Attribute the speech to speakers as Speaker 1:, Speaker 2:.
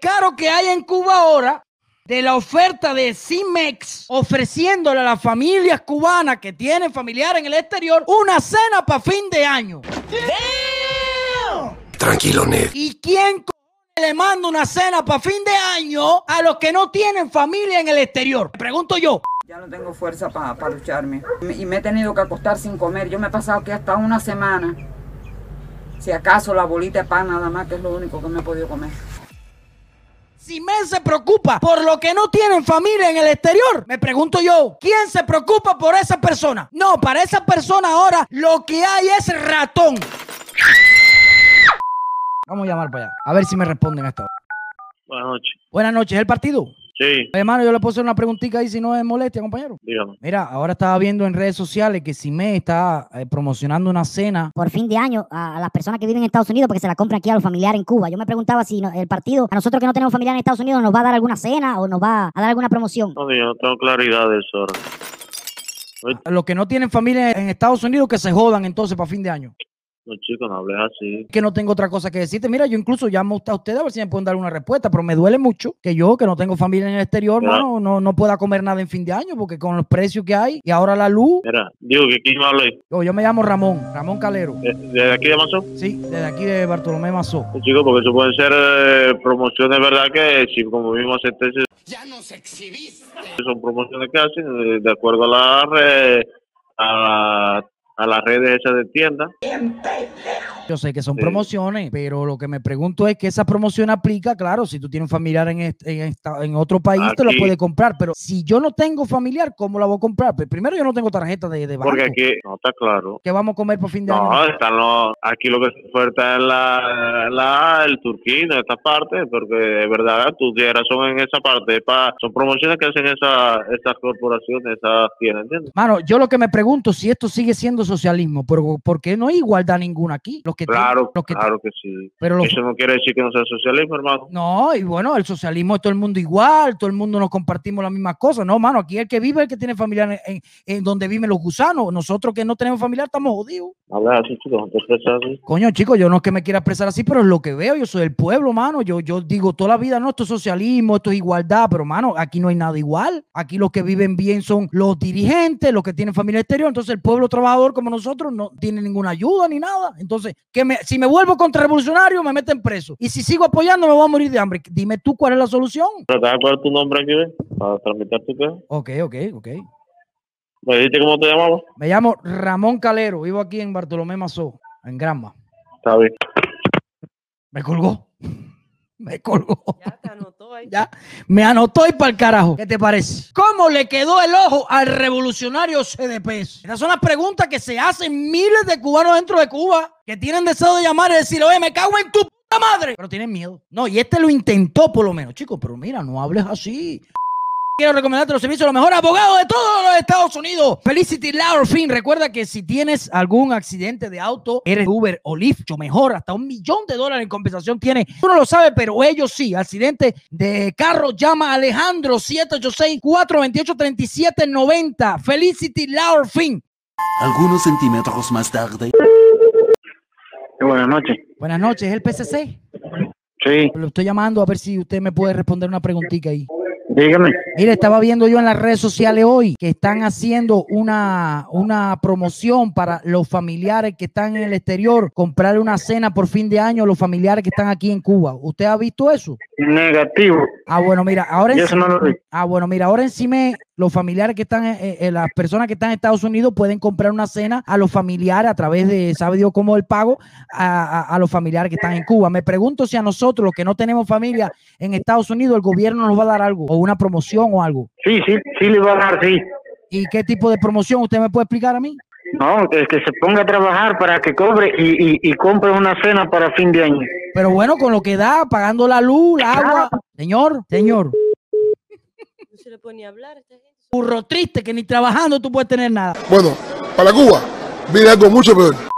Speaker 1: paro que hay en Cuba ahora de la oferta de CIMEX ofreciéndole a las familias cubanas que tienen familiares en el exterior una cena para fin de año.
Speaker 2: Tranquilo, Ned.
Speaker 1: ¿Y quién co- le manda una cena para fin de año a los que no tienen familia en el exterior? Pregunto yo.
Speaker 3: Ya no tengo fuerza para lucharme. Y me he tenido que acostar sin comer. Yo me he pasado aquí hasta una semana. Si acaso la bolita de pan nada más, que es lo único que me he podido comer.
Speaker 1: CIMEX se preocupa por los que no tienen familia en el exterior. Me pregunto yo, ¿quién se preocupa por esa persona? No, para esa persona ahora lo que hay es ratón. Vamos a llamar para allá. A ver si me responden a esta hora.
Speaker 4: Buenas noches.
Speaker 1: Buenas noches, ¿el partido?
Speaker 4: Sí,
Speaker 1: Hermano, yo le puedo hacer una preguntita ahí si no es molestia, compañero.
Speaker 4: dígame.
Speaker 1: Mira, ahora estaba viendo en redes sociales que Cime está eh, promocionando una cena.
Speaker 5: por fin de año a, a las personas que viven en Estados Unidos porque se la compran aquí a los familiares en Cuba. Yo me preguntaba si no- el partido, a nosotros que no tenemos familiares en Estados Unidos, nos va a dar alguna cena o nos va a dar alguna promoción.
Speaker 4: No, yo no tengo claridad de eso ahora.
Speaker 1: Los que no tienen familia en Estados Unidos que se jodan entonces para fin de año.
Speaker 4: No, chico, no hables así.
Speaker 1: Que no tengo otra cosa que decirte. Mira, yo incluso llamo a ustedes a ver si me pueden dar una respuesta, pero me duele mucho que yo, que no tengo familia en el exterior,
Speaker 4: Claro.
Speaker 1: mano, no, no pueda comer nada en fin de año porque con los precios que hay y ahora la luz.
Speaker 4: Mira, digo que quién habla ahí?
Speaker 1: Yo, yo me llamo Ramón, Ramón Calero.
Speaker 4: Eh, ¿Desde aquí de Mazón?
Speaker 1: Sí, desde aquí de Bartolomé Mazó.
Speaker 4: Sí, Chico, porque eso pueden ser eh, promociones, ¿verdad? Que si como mismo acepté,
Speaker 2: Ya nos exhibiste.
Speaker 4: son promociones que hacen eh, de acuerdo a la red, a, a las redes esas de tiendas.
Speaker 1: Yo sé que son
Speaker 4: Sí.
Speaker 1: promociones, pero lo que me pregunto es que esa promoción aplica, claro, si tú tienes un familiar en, est- en, esta- en otro país, te lo
Speaker 4: Aquí.
Speaker 1: puedes comprar, pero si yo no tengo familiar, ¿cómo la voy a comprar? Pues primero yo no tengo tarjeta de, de banco.
Speaker 4: Porque aquí, no está claro.
Speaker 1: ¿Qué vamos a comer por fin de año?
Speaker 4: No, están los, aquí lo que se oferta es la, la el turquino, esta parte, porque es verdad, tú tienes razón en esa parte. pa- son promociones que hacen esa, esas corporaciones, esas tiendas, ¿entiendes?
Speaker 1: Mano, yo lo que me pregunto si esto sigue siendo socialismo, pero ¿por qué no hay igualdad ninguna aquí? Los que tienen-
Speaker 4: Claro,
Speaker 1: los que tienen-
Speaker 4: claro que sí.
Speaker 1: pero los-
Speaker 4: Eso no quiere decir que no sea socialismo, hermano.
Speaker 1: no, y bueno, el socialismo es todo el mundo igual, todo el mundo nos compartimos las mismas cosas. No, mano, aquí el que vive, el que tiene familiar en, en- en donde viven los gusanos, nosotros que no tenemos familiar estamos jodidos.
Speaker 4: Hablas así, chico, no te expresas así.
Speaker 1: Coño, chico, yo no es que me quiera expresar así, pero es lo que veo. Yo soy del pueblo, mano. Yo, yo digo toda la vida, no, esto es socialismo, esto es igualdad, pero, mano, aquí no hay nada igual. Aquí los que viven bien son los dirigentes, los que tienen familia exterior. Entonces, el pueblo trabajador como nosotros no tiene ninguna ayuda ni nada. Entonces, que me, si me vuelvo contrarrevolucionario, me meten preso. Y si sigo apoyando, me voy a morir de hambre. Dime tú cuál es la solución.
Speaker 4: ¿Pero te acuerdas tu nombre aquí, ve? Para tramitar tu queja.
Speaker 1: Ok, ok, ok.
Speaker 4: ¿Me dijiste cómo te llamabas?
Speaker 1: Me llamo Ramón Calero. Vivo aquí en Bartolomé Mazó, en Granma.
Speaker 4: Está bien.
Speaker 1: Me colgó. Me colgó.
Speaker 6: Ya te anotó ahí.
Speaker 1: Ya, me anotó y para el carajo. ¿Qué te parece? ¿Cómo le quedó el ojo al revolucionario CDPS? Esas son las preguntas que se hacen miles de cubanos dentro de Cuba que tienen deseo de llamar y decir, oye, me cago en tu puta madre. Pero tienen miedo. No, y este lo intentó por lo menos. Chicos, pero mira, no hables así. Quiero recomendarte los servicios de los mejores abogados de todos los Estados Unidos. Felicity Law Firm. Recuerda que si tienes algún accidente de auto, eres Uber o Lyft, mucho mejor. Hasta un millón de dólares en compensación tiene. Tú no lo sabes, pero ellos sí. Accidente de carro, llama a Alejandro 786-428-3790. Felicity Law Firm.
Speaker 2: Algunos centímetros más tarde.
Speaker 4: buenas noches.
Speaker 1: Buenas noches, ¿es el PCC?
Speaker 4: Sí,
Speaker 1: Lo estoy llamando a ver si usted me puede responder una preguntita ahí.
Speaker 4: dígame.
Speaker 1: Mira, estaba viendo yo en las redes sociales hoy que están haciendo una, una promoción para los familiares que están en el exterior, comprar una cena por fin de año a los familiares que están aquí en Cuba. ¿Usted ha visto eso?
Speaker 4: Negativo.
Speaker 1: Ah, bueno, mira, ahora en
Speaker 4: Yo eso no lo vi.
Speaker 1: Ah, bueno, mira, ahora encima los familiares que están, eh, eh, las personas que están en Estados Unidos pueden comprar una cena a los familiares a través de, sabe Dios cómo el pago, a, a- a los familiares que están en Cuba. Me pregunto si a nosotros, los que no tenemos familia en Estados Unidos, el gobierno nos va a dar algo, o una promoción o algo.
Speaker 7: Sí, sí, sí le va a dar, sí.
Speaker 1: ¿Y qué tipo de promoción usted me puede explicar a mí?
Speaker 7: No, que, que se ponga a trabajar para que cobre y, y, y compre una cena para fin de año.
Speaker 1: Pero bueno, con lo que da, pagando la luz, la agua. Señor, señor,
Speaker 6: No se le puede ni hablar a esta gente.
Speaker 1: burro triste que ni trabajando tú puedes tener nada.
Speaker 8: Bueno, para Cuba, viene algo mucho peor.